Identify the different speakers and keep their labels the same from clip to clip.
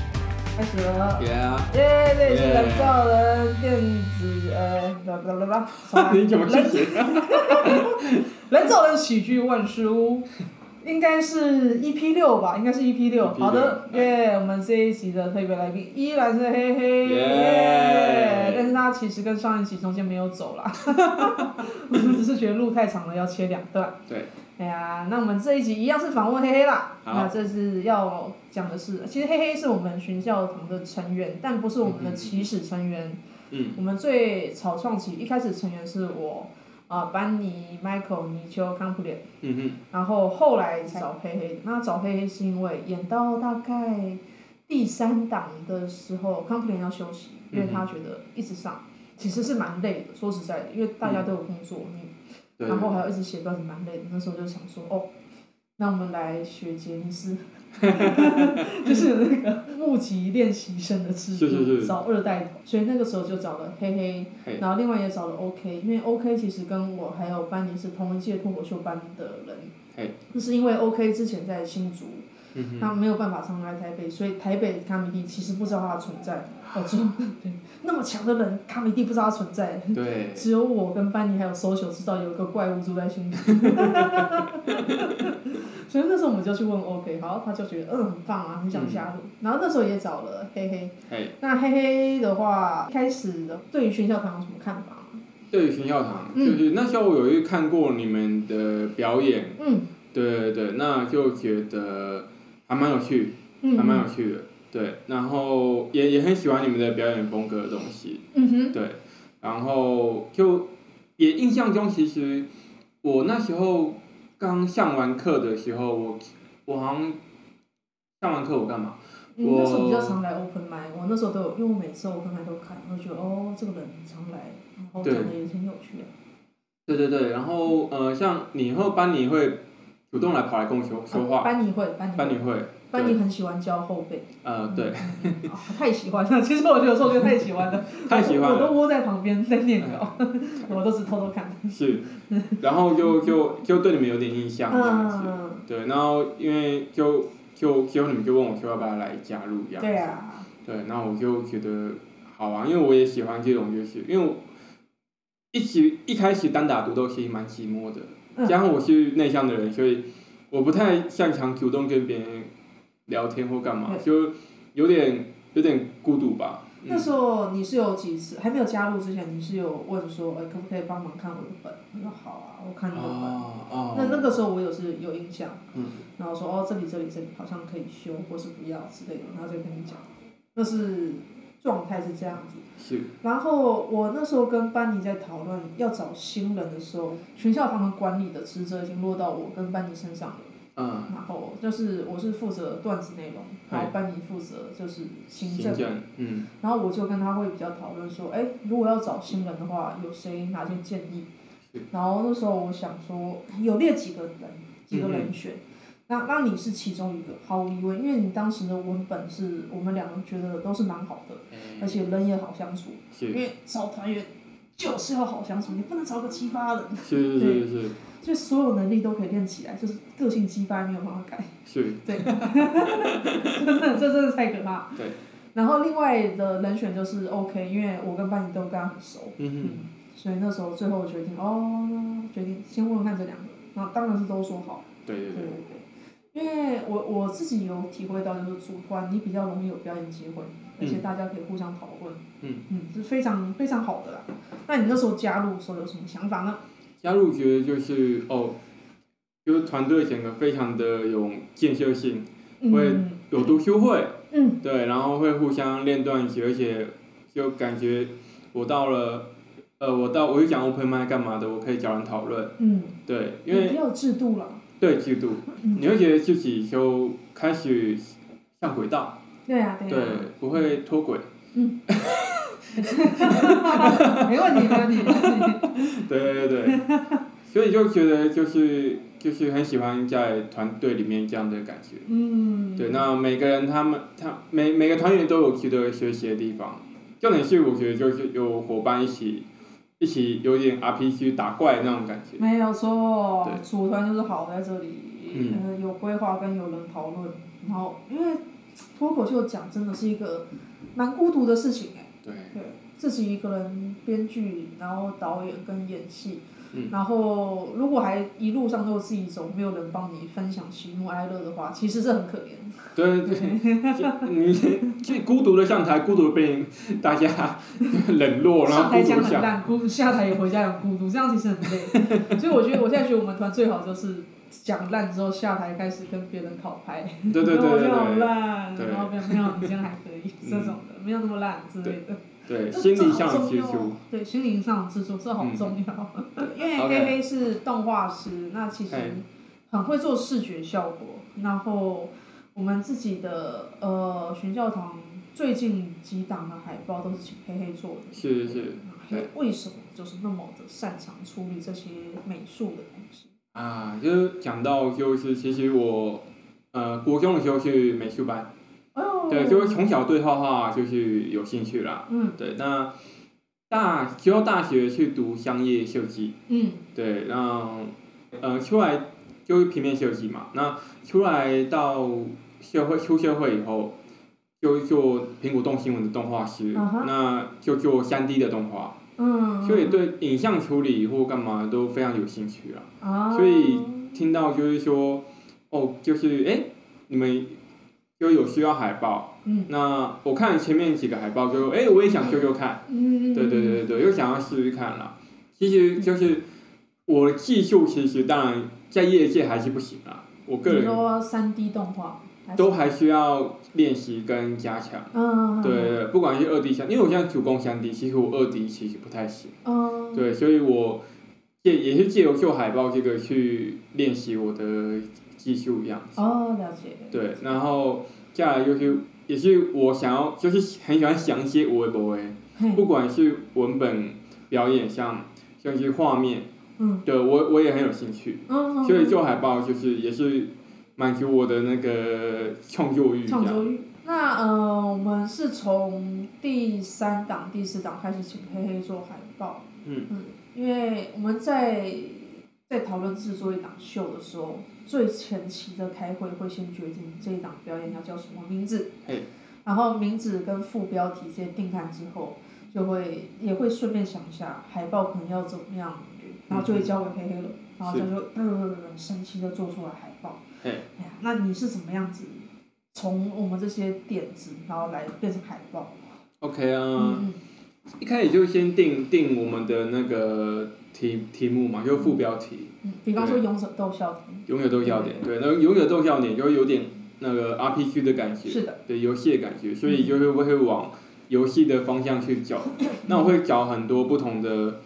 Speaker 1: 行。
Speaker 2: Yeah，
Speaker 1: 耶，这里是人造人电子呃，啦啦啦啦，啥
Speaker 2: 你怎么
Speaker 1: 人
Speaker 2: 去写？
Speaker 1: 人造人喜剧万事屋，应该是 EP 六吧，应该是 EP 六。
Speaker 2: EP6
Speaker 1: 好的，耶、我们这一集的特别来宾依然是嘿嘿，
Speaker 2: 耶
Speaker 1: 耶但是他其实跟上一集中间没有走啦， 我们只是觉得路太长了，要切两段。
Speaker 2: 对，
Speaker 1: 哎呀，那我们这一集一样是访问嘿嘿啦。
Speaker 2: 好
Speaker 1: 那这次要讲的是，其实嘿嘿是我们寻教堂的成员，但不是我们的起始成员。
Speaker 2: 嗯，
Speaker 1: 我们最草创期一开始成员是我，啊、班尼、Michael、泥鳅、康普列，
Speaker 2: 嗯
Speaker 1: 然后后来找黑黑。那找黑黑是因为演到大概第三档的时候，康普列要休息，因为他觉得一直上其实是蛮累的。说实在的，因为大家都有工作，你
Speaker 2: 哼，对
Speaker 1: 然后还要一直写段子，蛮累的。那时候就想说，哦，那我们来学杰尼 斯。就是有那个募集练习生的制度，
Speaker 2: 是是是
Speaker 1: 找二代头，所以那个时候就找了黑黑
Speaker 2: 嘿，
Speaker 1: 然后另外也找了 OK，因为 OK 其实跟我还有班尼是同一届脱口秀班的人
Speaker 2: 嘿，
Speaker 1: 那是因为 OK 之前在新竹，
Speaker 2: 嗯哼，
Speaker 1: 他没有办法常来台北，所以台北卡米蒂其实不知道他的存在，哦，只有对那么强的人，卡米蒂不知道他存在，
Speaker 2: 对，
Speaker 1: 只有我跟班尼还有 social 知道有一个怪物住在新竹， 所以那时候我们就去问 OK，好，他就觉得嗯很棒啊，很想加入，
Speaker 2: 嗯
Speaker 1: 然后那时候也找了嘿嘿。
Speaker 2: 嘿，
Speaker 1: 那黑黑的话，一开始的对于宣教堂有什么看法吗？
Speaker 2: 对于寻药堂，
Speaker 1: 嗯
Speaker 2: 就是那时候我有去看过你们的表演，
Speaker 1: 嗯
Speaker 2: 对对对，那就觉得还蛮有趣，还蛮
Speaker 1: 嗯
Speaker 2: 有趣的，对，然后也也很喜欢你们的表演风格的东西，
Speaker 1: 嗯哼，
Speaker 2: 对，然后就也印象中，其实我那时候刚上完课的时候，我我好像上完课我干嘛？
Speaker 1: 你那时候比较常来 open m i 我那时候都有，因为我每次 open m i 都看，我就觉得哦，这个人常来，然后
Speaker 2: 对
Speaker 1: 讲的也挺有趣的。啊
Speaker 2: 对对对，然后呃，像你后班你会主动来跑来跟我说说
Speaker 1: 啊
Speaker 2: 话，
Speaker 1: 班尼会，班尼
Speaker 2: 班
Speaker 1: 会，
Speaker 2: 你会，
Speaker 1: 班尼很喜欢教后辈，
Speaker 2: 呃，对，
Speaker 1: 啊，太喜欢了。其实我觉得有时候就太喜欢了，
Speaker 2: 太喜欢
Speaker 1: 我
Speaker 2: 了，嗯
Speaker 1: 都窝在旁边在念稿， 我都是偷偷看。
Speaker 2: 是，然后就就就对你们有点印象这样子，
Speaker 1: 嗯，
Speaker 2: 对，然后因为就就就你们就问我说要不要来加入这样子，
Speaker 1: 对啊，
Speaker 2: 对，那我就觉得好玩，因为我也喜欢这种，就是因为我一起一开始单打独斗其实蛮寂寞的，
Speaker 1: 嗯
Speaker 2: 加上我是内向的人，所以我不太擅长主动跟别人聊天或干嘛，
Speaker 1: 对
Speaker 2: 就有点有点孤独吧。
Speaker 1: 嗯那
Speaker 2: 嗯，
Speaker 1: 时候你是有几次还没有加入之前，你是有问说，哎、可不可以帮忙看我的本？我说好啊，我看你的本。
Speaker 2: 哦哦，
Speaker 1: 那那个时候我有是有印象，
Speaker 2: 嗯
Speaker 1: 然后说哦这里这里这里好像可以修或是不要之类的，然后就跟你讲，那是状态是这样子。
Speaker 2: 是
Speaker 1: 然后我那时候跟班尼在讨论要找新人的时候，全校他们管理的职责已经落到我跟班尼身上了。
Speaker 2: 嗯，
Speaker 1: 然后就是我是负责段子内容，然后班尼负责就是行政
Speaker 2: 行。政，嗯
Speaker 1: 然后我就跟他会比较讨论说，哎，如果要找新人的话，有谁哪些建议
Speaker 2: 是？
Speaker 1: 然后那时候我想说，有列几个人，几个
Speaker 2: 嗯哼
Speaker 1: 人选，那那你是其中一个，毫无疑问，因为你当时的文本是我们两个觉得都是蛮好的，而且人也好相处，因
Speaker 2: 嗯是
Speaker 1: 为找团员就是要好相处，你不能找个激发人，
Speaker 2: 是是是
Speaker 1: 所以所有能力都可以练起来，就是个性激发没有办法改。
Speaker 2: 是，
Speaker 1: 对，真的， 这真的太可怕。
Speaker 2: 对。
Speaker 1: 然后另外的人选就是 OK，因为我跟班尼都跟他很熟，
Speaker 2: 嗯
Speaker 1: 所以那时候最后决定哦，那决定先问问看这两个，那当然是都说好
Speaker 2: 哼。，对对
Speaker 1: 对对对。
Speaker 2: 对，
Speaker 1: 因为我我自己有体会到，就是组团你比较容易有表演机会，而且大家可以互相讨论，
Speaker 2: 嗯
Speaker 1: 嗯，是非常非常好的啦。那你那时候加入的时候有什么想法呢？
Speaker 2: 加入觉得就是哦，就是团队整个非常的有建设性。会
Speaker 1: 嗯
Speaker 2: 有读书会，
Speaker 1: 嗯，
Speaker 2: 对，然后会互相练段子，而且就感觉我到了，呃，我到我就讲 open mic 干嘛的，我可以找人讨论，
Speaker 1: 嗯，
Speaker 2: 对，
Speaker 1: 也
Speaker 2: 因为
Speaker 1: 比较有制度了，
Speaker 2: 对制度，
Speaker 1: 嗯
Speaker 2: 你会觉得自己就开始上轨道，
Speaker 1: 对呀、对呀、啊
Speaker 2: 对，不会脱轨，
Speaker 1: 没问题，没问题，没问题。
Speaker 2: 对对对对，所以就觉得就是就是很喜欢在团队里面这样的感觉，
Speaker 1: 嗯，
Speaker 2: 对，那每个人他们他每每个团员都有值得学习的地方，重点是我觉得就是有伙伴一起一起有点 RPG 打怪那种感觉，
Speaker 1: 没有错，
Speaker 2: 对
Speaker 1: 组团就是好在这里，
Speaker 2: 嗯
Speaker 1: 呃有规划跟有人讨论，然后因为脱口秀讲真的是一个蛮孤独的事情哎、
Speaker 2: 对，
Speaker 1: 对，自己一个人编剧，然后导演跟演戏，
Speaker 2: 嗯
Speaker 1: 然后如果还一路上都是自己走，没有人帮你分享喜怒哀乐的话，其实是很可怜。
Speaker 2: 对对， 就你就孤独的上台，孤独的被大家冷落，然
Speaker 1: 上
Speaker 2: 后孤
Speaker 1: 台讲
Speaker 2: 独地
Speaker 1: 很
Speaker 2: 下，
Speaker 1: 烂，孤下台也回家很孤独，这样其实很累。所以我觉得我现在觉得我们团最好就是讲烂之后下台开始跟别人讨拍，
Speaker 2: 对对对
Speaker 1: 哦然后我
Speaker 2: 对
Speaker 1: 就好
Speaker 2: 对
Speaker 1: 烂，
Speaker 2: 对
Speaker 1: 然后没有没有，你今天还可以
Speaker 2: 嗯
Speaker 1: 这种的，没有那么烂之类的。
Speaker 2: 对，
Speaker 1: 这
Speaker 2: 心
Speaker 1: 这
Speaker 2: 理
Speaker 1: 好
Speaker 2: 上的
Speaker 1: 重
Speaker 2: 接
Speaker 1: 要
Speaker 2: 触
Speaker 1: 哦，，对，心灵上的支柱这好重要，啊 因为
Speaker 2: OK
Speaker 1: 黑黑是动画师，那其实
Speaker 2: 哎
Speaker 1: 很会做视觉效果。然后我们自己的呃学校堂最近几档的海报都是请黑黑做的，嗯
Speaker 2: 是哎是对
Speaker 1: 为什么就是那么的擅长处理这些美术的东西？
Speaker 2: 啊，就是讲到就是其实我呃国中的时候去美术班，
Speaker 1: 哦，
Speaker 2: 对，就是从小对画画就是有兴趣啦，
Speaker 1: 嗯
Speaker 2: 对，那大之后大学去读商业设计，
Speaker 1: 嗯
Speaker 2: 对，那呃出来就是平面设计嘛，那出来到社会出社会以后，就做苹果动新闻的动画师
Speaker 1: 嗯哼
Speaker 2: 那就做三 D 的动画，
Speaker 1: 嗯，
Speaker 2: 所以对影像处理或干嘛都非常有兴趣啊。
Speaker 1: 啊，
Speaker 2: 所以听到就是说，哦，就是哎、诶你们就有需要海报，
Speaker 1: 嗯
Speaker 2: 那我看前面几个海报就，哎、我也想修修看，
Speaker 1: 嗯，
Speaker 2: 对对对对，又想要试试看啦。其实就是我的技术，其实当然在业界还是不行啦，我个
Speaker 1: 你
Speaker 2: 人
Speaker 1: 说三 D 动画还是
Speaker 2: 都还需要练习跟加强。
Speaker 1: 嗯，
Speaker 2: 对对，对不管是二 D 三，因为我现在主攻三 D，其实我二 D 其实不太行。
Speaker 1: 嗯，
Speaker 2: 对，所以我借也是借由秀海报这个去练习我的技术这样子。
Speaker 1: 哦，了解，
Speaker 2: 对，然后接下来就是也是我想要，就是很喜欢想一些有的无的，
Speaker 1: 嘿，嗯
Speaker 2: 不管是文本、表演上，像是画面，
Speaker 1: 嗯
Speaker 2: 对我我也很有兴趣。
Speaker 1: 嗯，
Speaker 2: 所以秀海报就是也是满足我的那个创作欲这
Speaker 1: 创作
Speaker 2: 样。
Speaker 1: 欲。那呃，我们是从第三档、第四档开始请黑黑做海报，
Speaker 2: 嗯
Speaker 1: 嗯，因为我们在在讨论制作一档秀的时候，最前期的开会会先决定这一档表演要叫什么名字
Speaker 2: 嘿，
Speaker 1: 然后名字跟副标题先定案之后，就会也会顺便想一下海报可能要怎么样，然
Speaker 2: 嗯
Speaker 1: 后就会交给黑黑了，然后他就嗯神奇的做出来海报。
Speaker 2: 嘿
Speaker 1: 哎呀，那你是怎么样子从我们这些点子，然后来变成海报？
Speaker 2: OK 啊。
Speaker 1: 嗯
Speaker 2: 一开始就先定定我们的那个题题目嘛，就是副标题，
Speaker 1: 嗯，比方说勇者斗笑亭，
Speaker 2: 永远都笑点，对，那永远都笑点就有点那个 RPG 的感觉，
Speaker 1: 是嗯的，
Speaker 2: 对游戏的感觉，所以就是会往游戏的方向去找。那我会找很多不同的，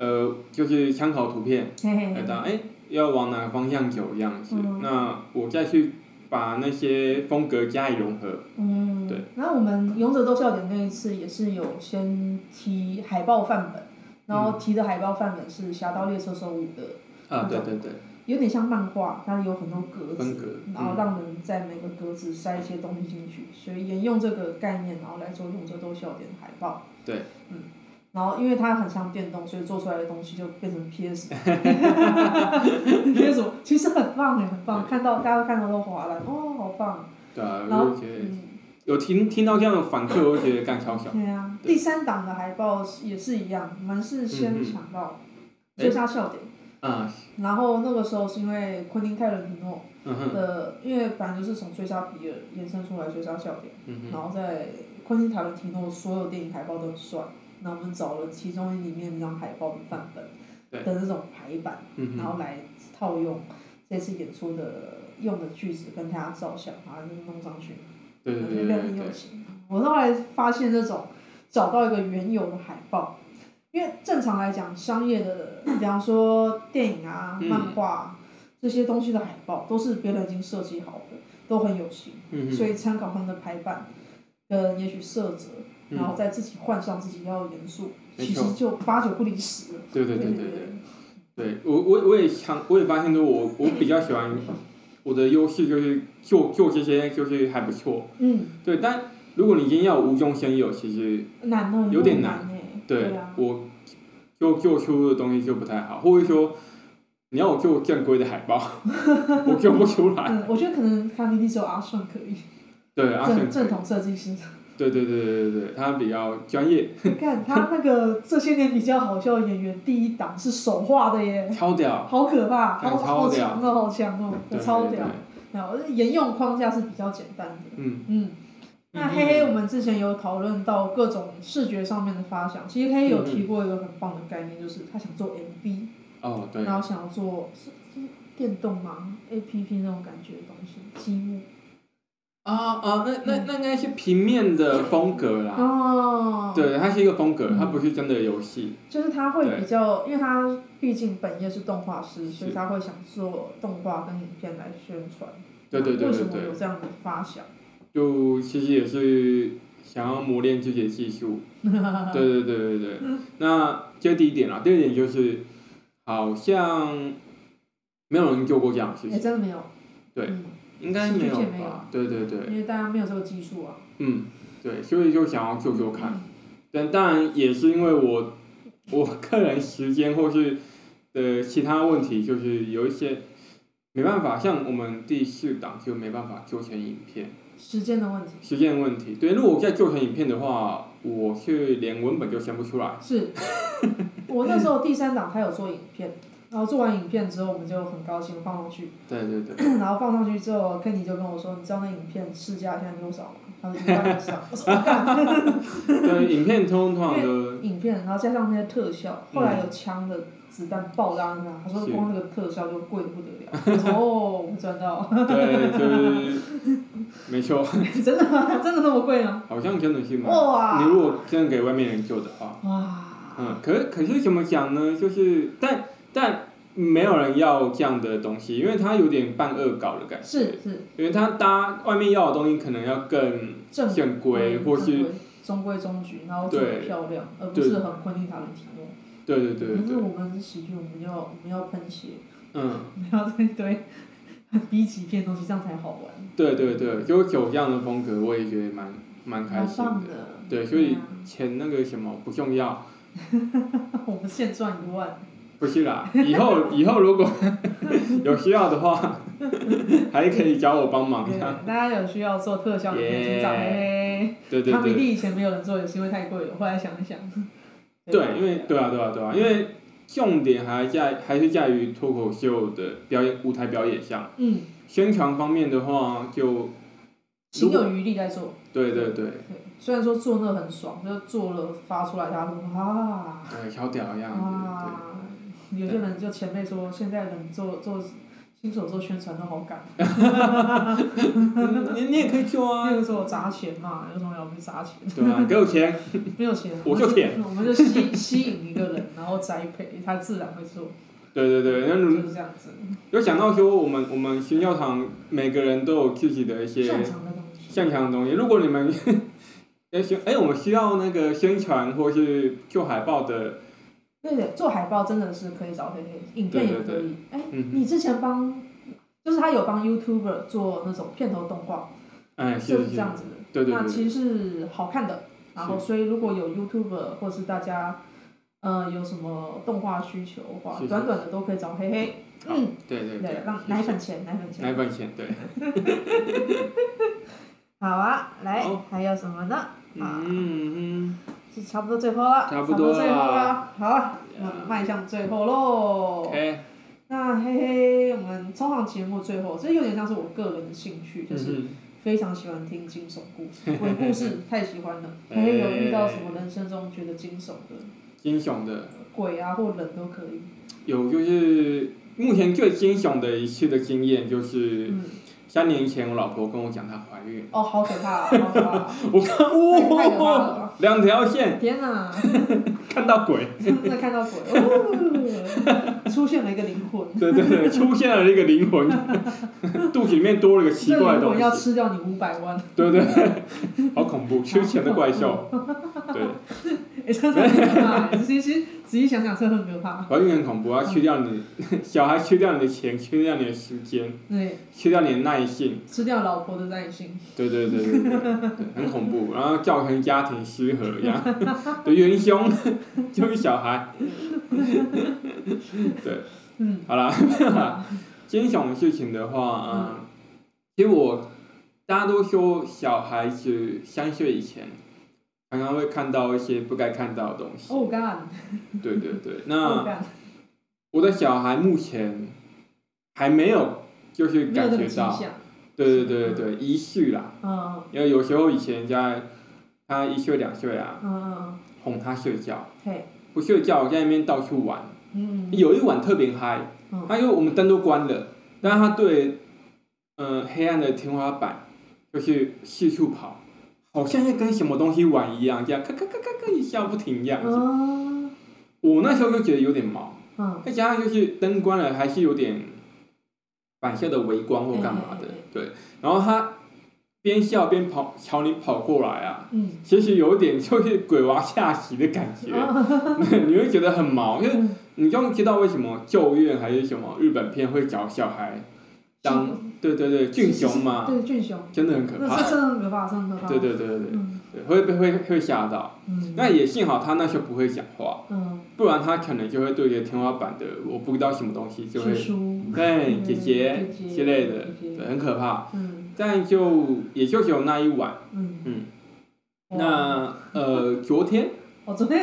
Speaker 2: 呃，就是参考图片
Speaker 1: 嘿嘿
Speaker 2: 来
Speaker 1: 嘿，
Speaker 2: 当，哎、要往哪个方向走这样子。
Speaker 1: 嗯
Speaker 2: 那我再去把那些风格加以融合，
Speaker 1: 嗯，
Speaker 2: 对。
Speaker 1: 然后我们勇者斗笑点那一次也是有先提海报范本，然
Speaker 2: 嗯
Speaker 1: 后提的海报范本是《侠盗猎车手五》的，
Speaker 2: 啊，对对对，
Speaker 1: 有点像漫画，但有很多格
Speaker 2: 分
Speaker 1: 子，
Speaker 2: 格，
Speaker 1: 然后
Speaker 2: 嗯，
Speaker 1: 让人在每个格子塞一些东西进去，所以沿用这个概念，然后来做用这都笑点海报。
Speaker 2: 对，
Speaker 1: 嗯，然后因为它很像电动，所以做出来的东西就变成 PS。PS 其实很棒哎，很棒，看到大家看到都哗然，哦，好棒。
Speaker 2: 对啊，
Speaker 1: 然
Speaker 2: 我
Speaker 1: 后
Speaker 2: 就觉得
Speaker 1: 嗯，
Speaker 2: 有听听到这样的反馈，我就觉得干 超小。
Speaker 1: 对啊，
Speaker 2: 对
Speaker 1: 第三档的海报是也是一样，我们是先
Speaker 2: 嗯嗯
Speaker 1: 想到
Speaker 2: 哎
Speaker 1: 追杀笑点，
Speaker 2: 啊，
Speaker 1: 然后那个时候是因为昆汀泰伦提诺。
Speaker 2: 嗯哼，
Speaker 1: 呃，因为本来就是从追杀比尔延伸出来追杀笑点，
Speaker 2: 嗯哼，
Speaker 1: 然后在昆汀塔伦提诺所有电影海报都很帅，那我们找了其中里面那张海报的范本
Speaker 2: 对
Speaker 1: 的那种排版，
Speaker 2: 嗯
Speaker 1: 然
Speaker 2: 哼，
Speaker 1: 后来套用这次演出的用的句子跟他照相，把它弄上去，
Speaker 2: 对对对
Speaker 1: 变得
Speaker 2: 对
Speaker 1: 很
Speaker 2: 对
Speaker 1: 有，型。我后来发现这种找到一个原有的海报。因为正常来讲，商业的，比方说电影啊、
Speaker 2: 嗯
Speaker 1: 漫画、啊这些东西的海报，都是别人已经设计好的，都很有型。
Speaker 2: 嗯
Speaker 1: 所
Speaker 2: 哼，
Speaker 1: 以参考他们的排版，跟也许色泽，
Speaker 2: 嗯
Speaker 1: 然后再自己换上自己要的元素，
Speaker 2: 没
Speaker 1: 其
Speaker 2: 错
Speaker 1: 实就八九不离十了。
Speaker 2: 对对对对对，对我我我也想，我也发现说我我比较喜欢我的优势就是做做这些就是还不错，
Speaker 1: 嗯，
Speaker 2: 对，但如果你今天要无中生有，其实
Speaker 1: 难哦，
Speaker 2: 有点
Speaker 1: 难哎。
Speaker 2: 对
Speaker 1: 啊，
Speaker 2: 我就做出的东西就不太好，或者说你要我做正规的海报，我做不出来，
Speaker 1: 嗯，我觉得可能卡迪利只有阿顺可以，
Speaker 2: 对阿
Speaker 1: 正
Speaker 2: 胜，
Speaker 1: 正统设计师。
Speaker 2: 对对对对对对，他比较专业，
Speaker 1: 你看他那个这些年比较好笑的演员，第一档是手画的耶，
Speaker 2: 超屌，
Speaker 1: 好可怕，
Speaker 2: 对
Speaker 1: 好
Speaker 2: 超
Speaker 1: 好
Speaker 2: 屌
Speaker 1: 强哦，好强哦，
Speaker 2: 对
Speaker 1: 超
Speaker 2: 对
Speaker 1: 屌
Speaker 2: 对。
Speaker 1: 然后呃沿用框架是比较简单的，
Speaker 2: 嗯，
Speaker 1: 嗯。那黑黑，我们之前有讨论到各种视觉上面的发想，其实黑黑有提过一个很棒的概念，就是他想做 MV，
Speaker 2: 哦对，
Speaker 1: 然后想要做是是电动吗？APP 那种感觉的东西，积木。
Speaker 2: 啊啊，那那那应该是平面的风格啦，
Speaker 1: 哦，，
Speaker 2: 啊对，它是一个风格，
Speaker 1: 嗯
Speaker 2: 它不是真的游戏，
Speaker 1: 就是他会
Speaker 2: 对
Speaker 1: 比较，因为他毕竟本业是动画师，所以
Speaker 2: 是
Speaker 1: 他会想做动画跟影片来宣传。
Speaker 2: 对对对
Speaker 1: 为什
Speaker 2: 对
Speaker 1: 么
Speaker 2: 对
Speaker 1: 有，这样的发想？
Speaker 2: 就其实也是想要磨练自己的技术，对对对对对，那这是第一点啦，第二点就是好像没有人做过这样的事
Speaker 1: 哎、
Speaker 2: 情，
Speaker 1: 真的没有。
Speaker 2: 对
Speaker 1: 嗯
Speaker 2: 应该没有
Speaker 1: 戏剧界没有嗯
Speaker 2: 吧？对对对，
Speaker 1: 因为大家没有这个技术啊。
Speaker 2: 嗯，对，所以就想要做
Speaker 1: 嗯
Speaker 2: 做看，但当然也是因为我我个人时间或是的其他问题，就是有一些没办法，像我们第四档就没办法做成影片，
Speaker 1: 时间的问题
Speaker 2: 时间问题。对，如果我再做成影片的话，我是连文本就生不出来。
Speaker 1: 是，我那时候第三档他有做影片，然后做完影片之后，我们就很高兴放上去，
Speaker 2: 对对对，
Speaker 1: 然后放上去之后，肯尼就跟我说：“你知道那影片市价现在多少吗？”他说：“一万以上。” 我说：“我干。”
Speaker 2: 对，影片通通 常都
Speaker 1: 影片，然后加上那些特效，后来有枪的子弹爆炸那，他说
Speaker 2: 嗯是
Speaker 1: 光这个特效就贵的不得了。我说哦，我赚到，
Speaker 2: 对，就是没错，
Speaker 1: 真的吗？真的那么贵吗？
Speaker 2: 好像真的是蛮。
Speaker 1: 哇
Speaker 2: 你如果真的给外面人做的话，
Speaker 1: 哇，
Speaker 2: 嗯，可是可是怎么讲呢？就是但但没有人要这样的东西，因为它有点半恶搞的感觉。
Speaker 1: 是是
Speaker 2: 因为它搭外面要的东西可能要更
Speaker 1: 正
Speaker 2: 正规，
Speaker 1: 嗯
Speaker 2: 或
Speaker 1: 正
Speaker 2: 是
Speaker 1: 规中规中矩，然后做
Speaker 2: 对
Speaker 1: 的漂亮，而不是很昆汀塔伦提诺。
Speaker 2: 对对对
Speaker 1: 可是
Speaker 2: 对，
Speaker 1: 我们是喜剧，我们要我们要喷血，
Speaker 2: 嗯，
Speaker 1: 我们要这一堆 B 级片的东西，这样才好玩，
Speaker 2: 对对对，就走这样的风格，我也觉得蛮蛮开
Speaker 1: 蛮
Speaker 2: 心
Speaker 1: 棒
Speaker 2: 的。
Speaker 1: 的。
Speaker 2: 对，所以
Speaker 1: 啊
Speaker 2: 钱那个什么不重要，
Speaker 1: 我们现赚一万，
Speaker 2: 不是啦，以后以后如果有需要的话，还可以找我帮忙
Speaker 1: 对，大家有需要做特效的可以去找
Speaker 2: 耶
Speaker 1: 哎。
Speaker 2: 对对
Speaker 1: 卡米
Speaker 2: 对。
Speaker 1: 蒂以前没有人做，也是因为太贵了。后来想一想，
Speaker 2: 对，因为对啊，对啊，对啊，因为重点还在还是在于脱口秀的表演舞台表演上，
Speaker 1: 嗯，
Speaker 2: 宣传方面的话就
Speaker 1: 行有余力在做。
Speaker 2: 对对对，
Speaker 1: 对，虽然说做那很爽，就做了发出来，大家都啊
Speaker 2: 对小屌的样子，
Speaker 1: 啊，有些人就前辈说，现在人做做新手做宣传都好赶，
Speaker 2: 对，你你也可以做啊
Speaker 1: 那，个时候砸钱嘛，有什么了不起砸钱？
Speaker 2: 对啊，给我钱，
Speaker 1: 没有钱，
Speaker 2: 我就舔
Speaker 1: 我们就吸吸引一个人，然后栽培他，自然会做，
Speaker 2: 对对对，那
Speaker 1: 就
Speaker 2: 如
Speaker 1: 是这样子，
Speaker 2: 有想到说我们我们新教堂每个人都有自己的一
Speaker 1: 擅
Speaker 2: 些
Speaker 1: 长的东西。
Speaker 2: 擅长的东西，如果你们 要宣哎，我们需要那个宣传或是做海报的，
Speaker 1: 对的，做海报真的是可以找黑黑，影片也可以。哎、
Speaker 2: 嗯哼
Speaker 1: 你之前帮，就是他有帮 YouTuber 做那种片头动画，
Speaker 2: 哎，
Speaker 1: 嗯就是是
Speaker 2: 是
Speaker 1: 这，样子的。
Speaker 2: 对对
Speaker 1: 那
Speaker 2: 对，
Speaker 1: 其实是好看的。然后，所以如果有 YouTuber 或是大家，呃，有什么动画需求的话
Speaker 2: 是，是
Speaker 1: 短短的都可以找黑黑。
Speaker 2: 好
Speaker 1: 嗯，
Speaker 2: 对对对
Speaker 1: 对，，让
Speaker 2: 谢谢
Speaker 1: 奶粉钱，奶粉
Speaker 2: 奶
Speaker 1: 钱。
Speaker 2: 粉钱，对。
Speaker 1: 好啊，来
Speaker 2: 好，
Speaker 1: 还有什么呢？啊，
Speaker 2: 嗯，
Speaker 1: 就差不多最后了，
Speaker 2: 差
Speaker 1: 差
Speaker 2: 不
Speaker 1: 不
Speaker 2: 多
Speaker 1: 多
Speaker 2: 了
Speaker 1: 最后了。好啊，我们迈向最后喽。
Speaker 2: 哎，
Speaker 1: 那嘿嘿，我们通常节目最后，这有点像是我个人的兴趣，就是
Speaker 2: 嗯
Speaker 1: 非常喜欢听惊悚故事、鬼故事，太喜 欢了。嘿嘿，有遇到什么人生中觉得惊悚的
Speaker 2: 惊悚的，
Speaker 1: 鬼啊或人都可以？
Speaker 2: 有就是目前最惊悚的一次的经验就是
Speaker 1: 嗯，
Speaker 2: 三年前我老婆跟我讲她怀孕，
Speaker 1: 哦，好可怕、啊，好可怕、啊！
Speaker 2: 我看
Speaker 1: 太可怕
Speaker 2: 哇，
Speaker 1: 了！
Speaker 2: 两条线
Speaker 1: 天哪，
Speaker 2: 看到鬼，
Speaker 1: 真的看到鬼， 哦、出现了一个灵魂，
Speaker 2: 对对对，出现了一个灵魂， 肚子里面多了个奇
Speaker 1: 这
Speaker 2: 怪的
Speaker 1: 灵魂
Speaker 2: 东
Speaker 1: 要
Speaker 2: 西，
Speaker 1: 吃掉你五百万，
Speaker 2: 对对， 好恐怖，缺钱的怪兽，对，
Speaker 1: 哎、真的很可怕、欸。其实仔细想想，真的很可怕。
Speaker 2: 怀孕很恐怖，要去掉你 小孩，去掉你的钱，去掉你的时间，
Speaker 1: 对，
Speaker 2: 去掉你的耐性。
Speaker 1: 吃掉老婆的耐心。
Speaker 2: 对对对对对，对，很恐怖，然后造成家庭失和一样， 对，元凶 就是小孩。对，
Speaker 1: 嗯，
Speaker 2: 好啦，
Speaker 1: 好吧
Speaker 2: 呃惊悚的事情的话，嗯，其实我大家都说小孩子三岁以前，常常会看到一些不该看到的东西。
Speaker 1: Oh God，
Speaker 2: 对对 对，
Speaker 1: Oh
Speaker 2: 那
Speaker 1: God，
Speaker 2: 我的小孩目前还没有，就是
Speaker 1: 没有
Speaker 2: 感
Speaker 1: 那个
Speaker 2: 觉
Speaker 1: 迹
Speaker 2: 到，
Speaker 1: 象。
Speaker 2: 对对对对，一岁啦，
Speaker 1: 嗯
Speaker 2: 因为有时候以前在他一岁两岁啊，
Speaker 1: 嗯嗯，
Speaker 2: 哄他睡觉，
Speaker 1: 嗯嘿，
Speaker 2: 不睡觉在那边到处玩，
Speaker 1: 嗯
Speaker 2: 有一晚特别嗨
Speaker 1: 嗯，
Speaker 2: 他因为我们灯都关了，但他对，呃，黑暗的天花板就是四处跑，好像在跟什么东西玩一样，这样咔咔咔咔咔一下不停这样子。
Speaker 1: 嗯
Speaker 2: 我那时候就觉得有点毛，
Speaker 1: 嗯，
Speaker 2: 再加上就是灯关了，还是有点反射的微光或干嘛的
Speaker 1: 哎哎哎，
Speaker 2: 对。然后他边笑边跑朝你跑过来啊，
Speaker 1: 嗯
Speaker 2: 其实有点就是鬼娃下棋的感觉， 你会觉得很毛，因为。
Speaker 1: 哦嗯，
Speaker 2: 你就知道为什么咒怨还是什么日本片会找小孩当对对对俊雄嘛，
Speaker 1: 对俊雄，
Speaker 2: 真的很可
Speaker 1: 那
Speaker 2: 怕。
Speaker 1: 是真的很可怕，真的很可怕。
Speaker 2: 对对对对对
Speaker 1: 嗯
Speaker 2: 对，会被会会吓到。
Speaker 1: 嗯
Speaker 2: 那也幸好他那时候不会讲话，
Speaker 1: 嗯，
Speaker 2: 不然他可能就会对着天花板的我不知道什么东西就
Speaker 1: 叔
Speaker 2: 会
Speaker 1: 叔，
Speaker 2: 对
Speaker 1: 嗯
Speaker 2: 姐姐
Speaker 1: 姐姐
Speaker 2: 之类的，
Speaker 1: 姐姐
Speaker 2: 对，很可怕。
Speaker 1: 嗯
Speaker 2: 但就也就只有那一晚。
Speaker 1: 嗯
Speaker 2: 嗯，
Speaker 1: 哇
Speaker 2: 那呃，
Speaker 1: 哦
Speaker 2: 昨天
Speaker 1: 我昨天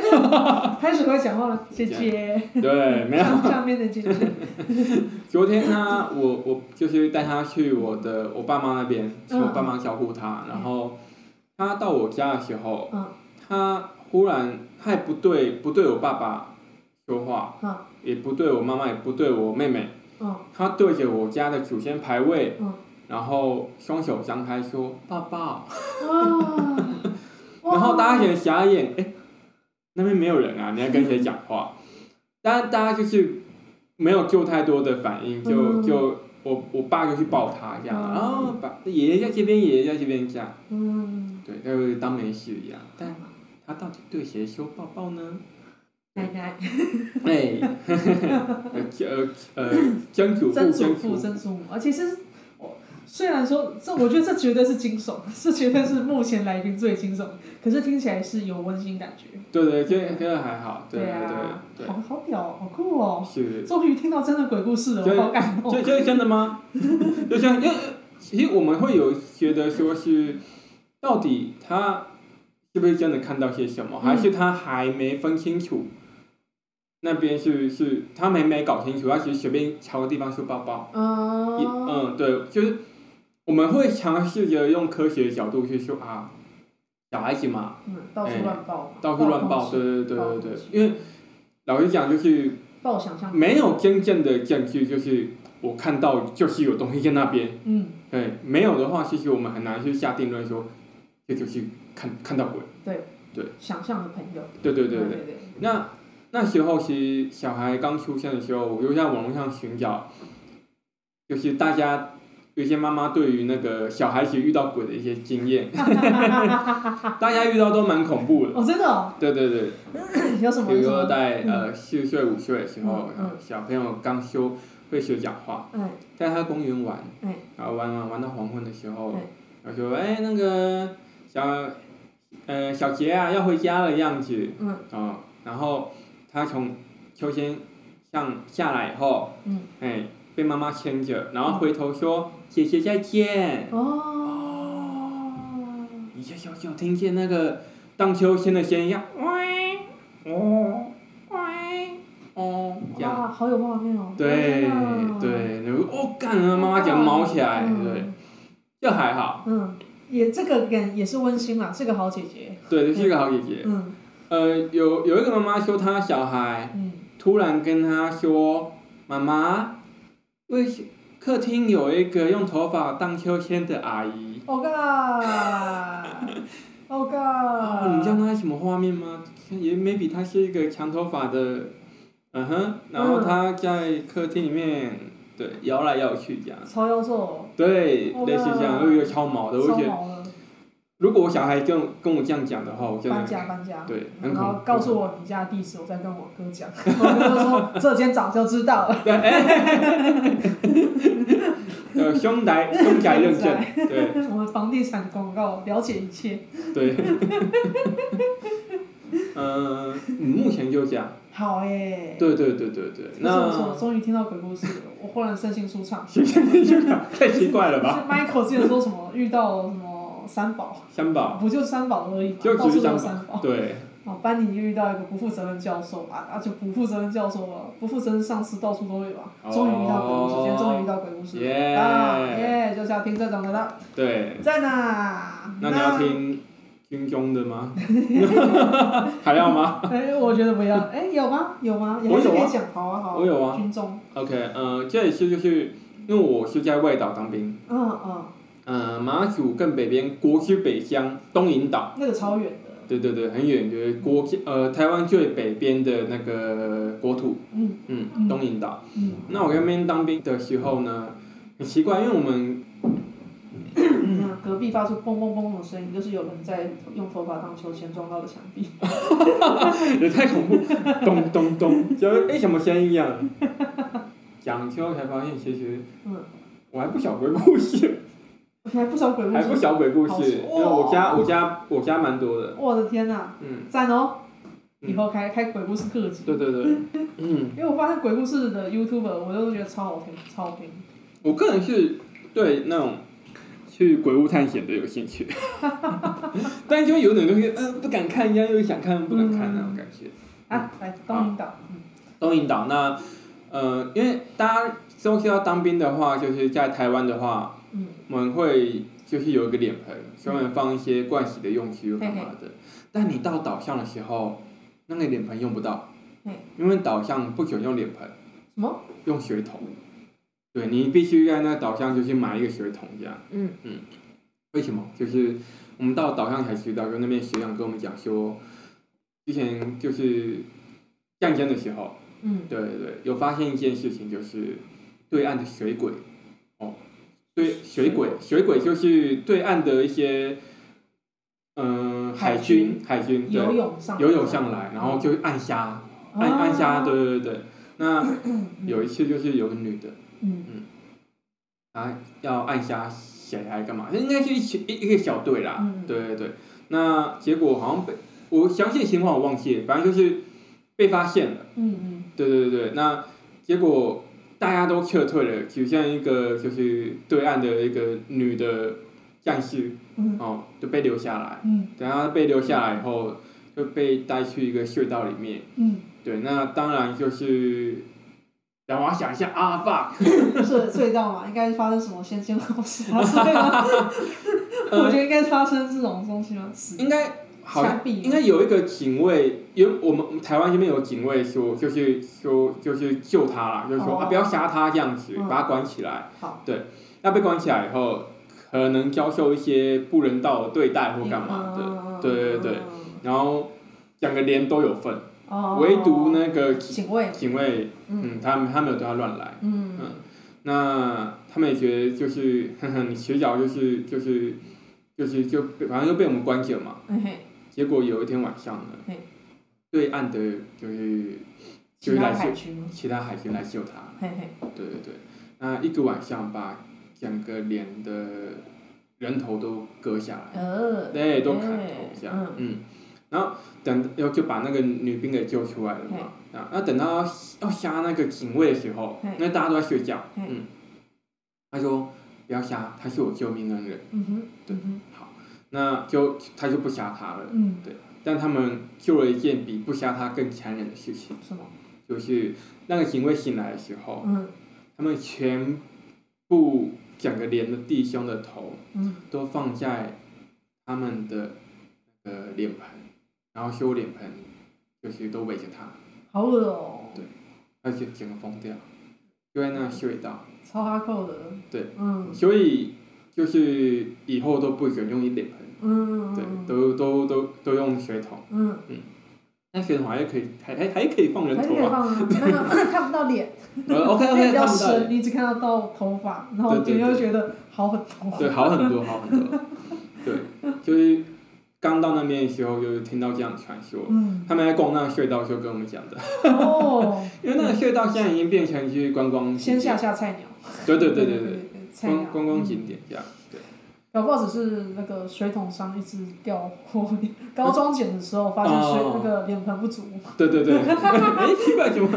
Speaker 1: 开始会讲话了，姐姐，
Speaker 2: 对没有。
Speaker 1: 上上面的姐姐，
Speaker 2: 昨天他，我我就是带他去我的我爸妈那边，是我爸妈照顾他，然后他到我家的时候，
Speaker 1: 嗯
Speaker 2: 他忽然他也不对不对我爸爸说话，
Speaker 1: 嗯
Speaker 2: 也不对我妈妈，也不对我妹妹，
Speaker 1: 嗯
Speaker 2: 他对着我家的祖先牌位，
Speaker 1: 嗯
Speaker 2: 然后双手张开说“爸爸
Speaker 1: 哇”，哇
Speaker 2: 然后大家也傻眼，哎，那边没有人啊，你在跟谁讲话？但是大家就是没有做太多的反应，
Speaker 1: 嗯
Speaker 2: 就就我我爸就去抱他这样，
Speaker 1: 嗯
Speaker 2: 然后把爷爷在这边，爷爷在这边这样，
Speaker 1: 嗯，
Speaker 2: 对，就是当没事一样。但他到底对谁说抱抱 呢？
Speaker 1: 奶奶，
Speaker 2: 哎，呃呃呃，曾祖父，
Speaker 1: 曾祖
Speaker 2: 曾
Speaker 1: 父、
Speaker 2: 祖父，
Speaker 1: 曾祖母，而且是我虽然说这，我觉得这绝对是惊悚，这绝对是目前来宾最惊悚，可是听起来是有温馨感觉。
Speaker 2: 对对，这这个还好，对对
Speaker 1: 啊，
Speaker 2: 对
Speaker 1: 好好屌哦，好酷哦！
Speaker 2: 对，
Speaker 1: 终于听到真的鬼故事了，
Speaker 2: 对
Speaker 1: 我好哦感
Speaker 2: 是，
Speaker 1: 动。
Speaker 2: 这这是真的 吗？就像因为其实我们会有觉得说是到底他是不是真的看到些什么，
Speaker 1: 嗯
Speaker 2: 还是他还没分清楚？那边是是，他没没搞清楚，他只是随便挑个地方说抱抱。一
Speaker 1: 嗯
Speaker 2: 嗯，对，就是我们会尝试着用科学的角度去说啊，小孩子嘛，
Speaker 1: 嗯，到处乱报，
Speaker 2: 到处乱抱，对对对
Speaker 1: 抱
Speaker 2: 对
Speaker 1: 东
Speaker 2: 对
Speaker 1: 西，
Speaker 2: 因为老实讲，就是
Speaker 1: 报想象，
Speaker 2: 没有真正的证据，就是我看到就是有东西在那边。
Speaker 1: 嗯，
Speaker 2: 对，没有的话，其实我们很难去下定论说这就是看看到鬼。
Speaker 1: 想象的朋友，
Speaker 2: 对对
Speaker 1: 对
Speaker 2: 对对。
Speaker 1: 对，
Speaker 2: 那那时候其实小孩刚出生的时候，我就在网络上寻找，就是大家有些妈妈对于那个小孩子遇到鬼的一些经验， 大家遇到都蛮恐怖的。
Speaker 1: 哦，真的哦，
Speaker 2: 对对 对，
Speaker 1: 有什么？
Speaker 2: 比如
Speaker 1: 有什
Speaker 2: 说
Speaker 1: 么？
Speaker 2: 在
Speaker 1: 嗯
Speaker 2: 呃四岁五岁的时候呃
Speaker 1: 嗯，嗯
Speaker 2: 小朋友刚修会学讲话，
Speaker 1: 嗯
Speaker 2: 带他公园玩，
Speaker 1: 哎
Speaker 2: 然后玩玩玩到黄昏的时候
Speaker 1: 哎，
Speaker 2: 然后说哎那个小，呃小杰啊要回家了样子，
Speaker 1: 嗯
Speaker 2: 啊，然后他从秋千上下来以后，
Speaker 1: 嗯，
Speaker 2: 哎被妈妈牵着，然后回头说姐姐再见，
Speaker 1: 哦，
Speaker 2: 一下小小听见那个荡秋千的声音，喂，哦，喂，哦，这样，
Speaker 1: 哇，好有画面哦，
Speaker 2: 对
Speaker 1: 天哪，
Speaker 2: 对，然后哦干，然后妈妈讲毛起来，对，
Speaker 1: 嗯
Speaker 2: 这还好。
Speaker 1: 嗯，也这个感也是温馨啦，是个好姐姐，
Speaker 2: 对，是一个好姐姐。
Speaker 1: 嗯
Speaker 2: 呃，有有一个妈妈说她小孩
Speaker 1: 嗯，
Speaker 2: 突然跟她说：“妈妈，为什客厅有一个用头发荡秋千的阿姨。
Speaker 1: Oh God，Oh
Speaker 2: 啊，你知道
Speaker 1: God，
Speaker 2: 那是什么画面吗？也 maybe 她是一个长头发的，嗯哼，然后
Speaker 1: 嗯
Speaker 2: 她在客厅里面对摇来摇去这样，
Speaker 1: 超妖兽，
Speaker 2: 对，
Speaker 1: 哦
Speaker 2: 类似这样，又有超毛的。我
Speaker 1: 超
Speaker 2: 觉得，
Speaker 1: 毛了，
Speaker 2: 如果我小孩跟我跟我这样讲的话，我真
Speaker 1: 搬
Speaker 2: 的
Speaker 1: 家搬家。
Speaker 2: 对，很
Speaker 1: 然
Speaker 2: 恐
Speaker 1: 后
Speaker 2: 怖。
Speaker 1: 告诉我你家的地址，我再跟我哥讲。 我哥就说这今天早就知道了。
Speaker 2: 对，哎，呃，凶 宅凶宅认证，对
Speaker 1: 我们房地产广告了解一切。
Speaker 2: 对，嗯、目前就这样，
Speaker 1: 好哎、
Speaker 2: 对对对对对，
Speaker 1: 不是我说，
Speaker 2: 那
Speaker 1: 我终 于听到鬼故事了，我忽然身心舒畅。
Speaker 2: 就这样太奇怪了吧？
Speaker 1: 是 Michael 之前说什么遇到什么三宝，
Speaker 2: 三宝，
Speaker 1: 不就三宝而已嘛，
Speaker 2: 就
Speaker 1: 到
Speaker 2: 只是
Speaker 1: 处都有
Speaker 2: 三
Speaker 1: 三宝。
Speaker 2: 对，
Speaker 1: 哦，班里又遇到一个不负责任教授啊，啊就不负责任教授了，不负责任上司到处都有啊。终于遇到鬼故事，今天终于遇到鬼故事了
Speaker 2: 耶
Speaker 1: 啊！耶，就是要听这种的了，
Speaker 2: 哦对，
Speaker 1: 在哪？
Speaker 2: 那你要听军中的吗？还要吗
Speaker 1: 哎，我觉得不要。哎，有吗？有吗？
Speaker 2: 我
Speaker 1: 还是
Speaker 2: 有
Speaker 1: 可
Speaker 2: 啊
Speaker 1: 以讲，好啊，好
Speaker 2: 我有啊
Speaker 1: 军中，
Speaker 2: ？OK，呃，这一次就是因为我是在外岛当兵，
Speaker 1: 嗯嗯，
Speaker 2: 呃，马祖更北边国之北乡东引岛，
Speaker 1: 那个超远的，
Speaker 2: 对对对，很远，就是国呃台湾最北边的那个国土，
Speaker 1: 嗯
Speaker 2: 嗯，
Speaker 1: 嗯
Speaker 2: 东引岛。
Speaker 1: 嗯
Speaker 2: 那我在那边当兵的时候呢，很奇怪，因为我们
Speaker 1: 那隔壁发出嘣嘣嘣的声音，就是有人在用头发当秋千撞到了墙壁。
Speaker 2: 也太恐怖，咚咚咚，就是哎什么声音一样。讲之后才发现，其实
Speaker 1: 嗯，
Speaker 2: 我还不小鬼故事，
Speaker 1: 还不少鬼故
Speaker 2: 还不
Speaker 1: 事。
Speaker 2: 小鬼故
Speaker 1: 好
Speaker 2: 事，
Speaker 1: 奇
Speaker 2: 因为我家我家我家蛮多的，
Speaker 1: 我的天哪，
Speaker 2: 嗯，
Speaker 1: 赞哦！
Speaker 2: 嗯
Speaker 1: 以后开开鬼故事特辑。
Speaker 2: 对对对，嗯，
Speaker 1: 因为我发现鬼故事的 YouTube，我都觉得超好听，超好听。
Speaker 2: 我个人是对那种去鬼屋探险的有兴趣，但就有点东西，嗯、不敢看一样，又想看不敢看那种感觉。
Speaker 1: 啊，来东引岛，嗯
Speaker 2: 东引岛那，呃，因为大家都知道当兵的话，就是在台湾的话，
Speaker 1: 嗯
Speaker 2: 我们会就是有一个脸盆，专门放一些盥洗的用具干嘛的。但你到岛上的时候，那个脸盆用不到
Speaker 1: 嗯，
Speaker 2: 因为岛上不准用脸盆，
Speaker 1: 什么？
Speaker 2: 用水桶。对你必须在那岛上就去买一个水桶这样。
Speaker 1: 嗯
Speaker 2: 为什么？就是我们到岛上才知道，就那边学长跟我们讲说，之前就是战争的时候，
Speaker 1: 嗯，
Speaker 2: 对对对，有发现一件事情，就是对岸的水鬼，哦，对水鬼，水鬼就是对岸的一些，嗯、海
Speaker 1: 海
Speaker 2: 军海军
Speaker 1: 游
Speaker 2: 对
Speaker 1: 泳上，
Speaker 2: 游泳上来，然后就暗杀，暗、暗杀，
Speaker 1: 啊，
Speaker 2: 对对对对。 那
Speaker 1: 嗯
Speaker 2: 有一次就是有个女的，
Speaker 1: 嗯
Speaker 2: 啊，要暗杀谁还干嘛？应该是一群一一个小队啦，
Speaker 1: 嗯
Speaker 2: 对对对。那结果好像被我详细情况我忘记了，反正就是被发现了。
Speaker 1: 嗯
Speaker 2: 对对对，那结果大家都撤退了，只剩一个就是对岸的一个女的战士
Speaker 1: 嗯嗯
Speaker 2: 哦，就被留下来。
Speaker 1: 嗯
Speaker 2: 等她被留下来以后，就被带去一个隧道里面。
Speaker 1: 嗯，
Speaker 2: 对，那当然就是，让我想一下啊 fuck，
Speaker 1: 隧隧道嘛，应该发生什么先先后事 啊之类的？我
Speaker 2: 呃
Speaker 1: 觉得应该发生这种东西吗？死
Speaker 2: 应该好像
Speaker 1: 下臂
Speaker 2: 应该有一个警卫，有我们我们台湾这边有警卫说，就是说就是救他啦，就是说、
Speaker 1: 哦
Speaker 2: 啊不要杀他这样子，
Speaker 1: 嗯
Speaker 2: 把他关起来。
Speaker 1: 好，
Speaker 2: 那被关起来以后，可能遭受一些不人道的对待或干嘛的，
Speaker 1: 的
Speaker 2: 对对对，然后两个连都有份，
Speaker 1: 哦，
Speaker 2: 唯独那个
Speaker 1: 警卫，
Speaker 2: 警卫，
Speaker 1: 嗯
Speaker 2: 嗯，他们他没有对他乱来，
Speaker 1: 嗯
Speaker 2: 嗯，那他们也觉得就是， 哼哼，你迟早就是就是就是就被反正就被我们关着嘛。
Speaker 1: 嘿嘿，
Speaker 2: 结果有一天晚上呢
Speaker 1: 嘿，
Speaker 2: 对岸的就是
Speaker 1: 其
Speaker 2: 就是
Speaker 1: 他
Speaker 2: 来
Speaker 1: 海
Speaker 2: 救
Speaker 1: 军，
Speaker 2: 其他海军来救他，
Speaker 1: 嘿嘿，
Speaker 2: 对对对，那一个晚上把整个脸的人头都割下来，
Speaker 1: 呃，
Speaker 2: 对，都砍头这样
Speaker 1: 嗯，
Speaker 2: 嗯，然后等要就把那个女兵给救出来了嘛，啊，那等到要要杀那个警卫的时候
Speaker 1: 嘿，
Speaker 2: 那大家都在睡觉，
Speaker 1: 嘿
Speaker 2: 嗯，他说不要杀，他是我救命恩人，
Speaker 1: 嗯哼，
Speaker 2: 对
Speaker 1: 嗯
Speaker 2: 好，那就他就不杀他了
Speaker 1: 哼，，嗯，
Speaker 2: 但他们做了一件比不杀他更残忍的事情，
Speaker 1: 什么？
Speaker 2: 就是那个警卫醒来的时候，
Speaker 1: 嗯
Speaker 2: 他们全部整个连的弟兄的头
Speaker 1: 嗯，
Speaker 2: 都放在他们的呃脸盆，然后修脸盆，就是都围着他，
Speaker 1: 好恶哦，
Speaker 2: 而且整个疯掉，就在那隧道，
Speaker 1: 超哈扣的，
Speaker 2: 对，
Speaker 1: 嗯
Speaker 2: 所以就是以后都不准用一脸盆，
Speaker 1: 嗯，
Speaker 2: 对，都都都都用水桶，
Speaker 1: 嗯，
Speaker 2: 那水桶还可以还还还可以放人
Speaker 1: 还是
Speaker 2: 头
Speaker 1: 可以
Speaker 2: 啊，
Speaker 1: 放 啊，那个看不到脸，
Speaker 2: 呃 OK
Speaker 1: 因为
Speaker 2: OK
Speaker 1: 比较
Speaker 2: 看不到脸
Speaker 1: 深，。你只看得到头发，然后
Speaker 2: 对对
Speaker 1: 你就
Speaker 2: 对
Speaker 1: 觉得好很多，
Speaker 2: 对，好很多，好很多。对，就是刚到那边的时候，就是听到这样的传说。
Speaker 1: 嗯，
Speaker 2: 他们在逛那个隧道就跟我们讲的，
Speaker 1: 哦，
Speaker 2: 因为那个隧道现在已经变成去观光景
Speaker 1: 先
Speaker 2: 点
Speaker 1: 下下菜鸟，
Speaker 2: 对对对对对，
Speaker 1: 对对，菜鸟嗯
Speaker 2: 观观光景点这样。对，
Speaker 1: 搞不好只是那个水桶上一直掉 货。高中捡的时候发现水、
Speaker 2: 哦
Speaker 1: 那个脸盆不足，
Speaker 2: 对对对。哎，奇怪，怎么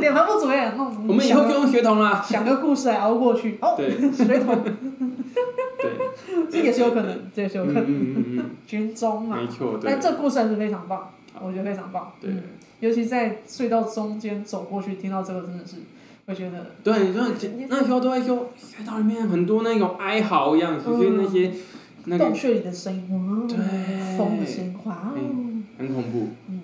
Speaker 1: 脸盆不足也弄。
Speaker 2: 我们以后就用学童 啦？
Speaker 1: 想个故事来熬过去。哦，
Speaker 2: 对
Speaker 1: 水桶
Speaker 2: 对，
Speaker 1: 这也是有可能，这也是有可
Speaker 2: 嗯
Speaker 1: 能。
Speaker 2: 嗯嗯嗯
Speaker 1: 军中
Speaker 2: 嗯，
Speaker 1: 嘛，
Speaker 2: 没错，对
Speaker 1: 但这故事还是非常棒，我觉得非常棒。
Speaker 2: 对
Speaker 1: 嗯，尤其在隧道中间走过去，听到这个真的是，会觉得
Speaker 2: 对，那那时候都在说隧道里面很多那种哀嚎一样，就是那些那个
Speaker 1: 洞穴里的声音，哇哦
Speaker 2: 对
Speaker 1: 风的声音，哇哦，
Speaker 2: 很恐怖。
Speaker 1: 嗯，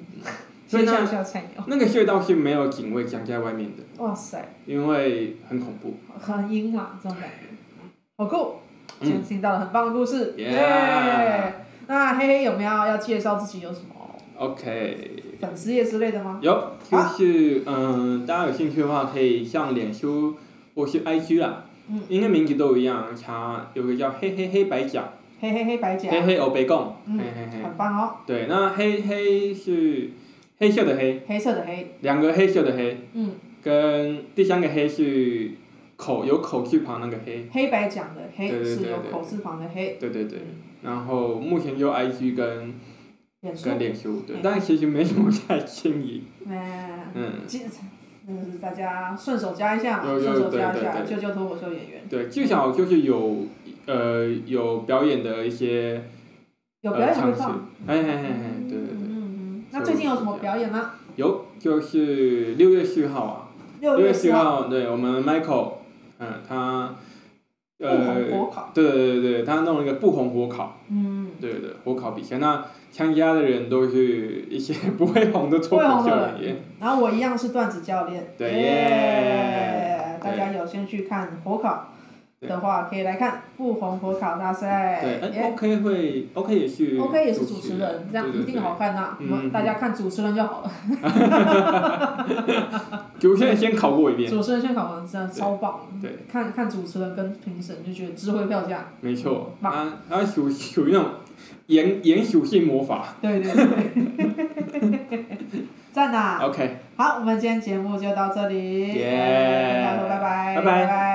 Speaker 2: 所以
Speaker 1: 先
Speaker 2: 那
Speaker 1: 像下菜鸟，
Speaker 2: 那个隧道是没有警卫讲在外面的，
Speaker 1: 哦哇塞，
Speaker 2: 因为很恐怖。
Speaker 1: 很阴啊，这种感觉，好酷！
Speaker 2: 嗯
Speaker 1: 今天听到了很棒的故事，
Speaker 2: Yeah
Speaker 1: 耶！那黑黑有没有要介绍自己有什么
Speaker 2: OK，
Speaker 1: 粉丝页之类的吗？
Speaker 2: 有就是嗯、大家有兴趣的话可以上脸书或是 IG 啦，
Speaker 1: 嗯
Speaker 2: 应该名字都一样，查有个叫黑黑黑白甲，
Speaker 1: 黑黑黑白甲，
Speaker 2: 黑黑欧北贡，
Speaker 1: 嗯
Speaker 2: 嘿嘿嘿，
Speaker 1: 很棒哦，
Speaker 2: 对，那黑黑是黑色的黑，
Speaker 1: 黑色的黑，
Speaker 2: 两个黑色的黑，
Speaker 1: 嗯，
Speaker 2: 跟第三个黑是口有口字旁那个黑，
Speaker 1: 黑白讲的黑
Speaker 2: 对对
Speaker 1: 是
Speaker 2: 对
Speaker 1: 有
Speaker 2: 对
Speaker 1: 口字旁的黑，
Speaker 2: 对对
Speaker 1: 嗯
Speaker 2: 对，然后目前就 IG 跟
Speaker 1: 脸书
Speaker 2: 跟，脸书，对
Speaker 1: 嗯，
Speaker 2: 但其实没什么在经营，
Speaker 1: 那
Speaker 2: 嗯，
Speaker 1: 记，嗯，大家顺手加一下嘛，
Speaker 2: 有
Speaker 1: 顺
Speaker 2: 有
Speaker 1: 手加一下，
Speaker 2: 对对
Speaker 1: 救救脱口秀演员，
Speaker 2: 对，至少就是有呃有表演的一些
Speaker 1: 有表演
Speaker 2: 呃
Speaker 1: 会
Speaker 2: 尝试
Speaker 1: 放。，呃
Speaker 2: 哎哎哎哎，对对对，
Speaker 1: 嗯嗯，那最近有什么表演吗？
Speaker 2: 有就是六月四号啊，
Speaker 1: 六
Speaker 2: 六月
Speaker 1: 月
Speaker 2: 四
Speaker 1: 四号，
Speaker 2: 号，对我们 Michael，嗯，他
Speaker 1: 不红
Speaker 2: 呃。
Speaker 1: 火烤。
Speaker 2: 对对对对，他弄了一个不红火烤，
Speaker 1: 嗯，
Speaker 2: 对对，火烤比赛，那参加的人都是一些 不会红的脱
Speaker 1: 会
Speaker 2: 口
Speaker 1: 红
Speaker 2: 秀
Speaker 1: 的
Speaker 2: 演员。
Speaker 1: 然后我一样是段子教练。
Speaker 2: 对
Speaker 1: 耶
Speaker 2: 耶！
Speaker 1: 大家有兴趣看火烤的话，可以来看不红火烤大赛。
Speaker 2: 对，哎
Speaker 1: 耶
Speaker 2: ，OK 会，OK 也是
Speaker 1: OK，也是主持人，这样
Speaker 2: 对
Speaker 1: 一
Speaker 2: 对
Speaker 1: 定好看呐！
Speaker 2: 嗯
Speaker 1: 我们大家看主持人就好了，
Speaker 2: 对主持人先考过一遍，
Speaker 1: 主持人现场真的超棒。
Speaker 2: 对，
Speaker 1: 看看主持人跟评审就觉得值回票价。
Speaker 2: 没错，
Speaker 1: 棒
Speaker 2: 他他属属于那种严严属性魔法。
Speaker 1: 对对对，赞呐！
Speaker 2: OK，
Speaker 1: 啊好，我们今天节目就到这里，
Speaker 2: 耶
Speaker 1: 大家说拜拜，
Speaker 2: 拜拜
Speaker 1: 拜。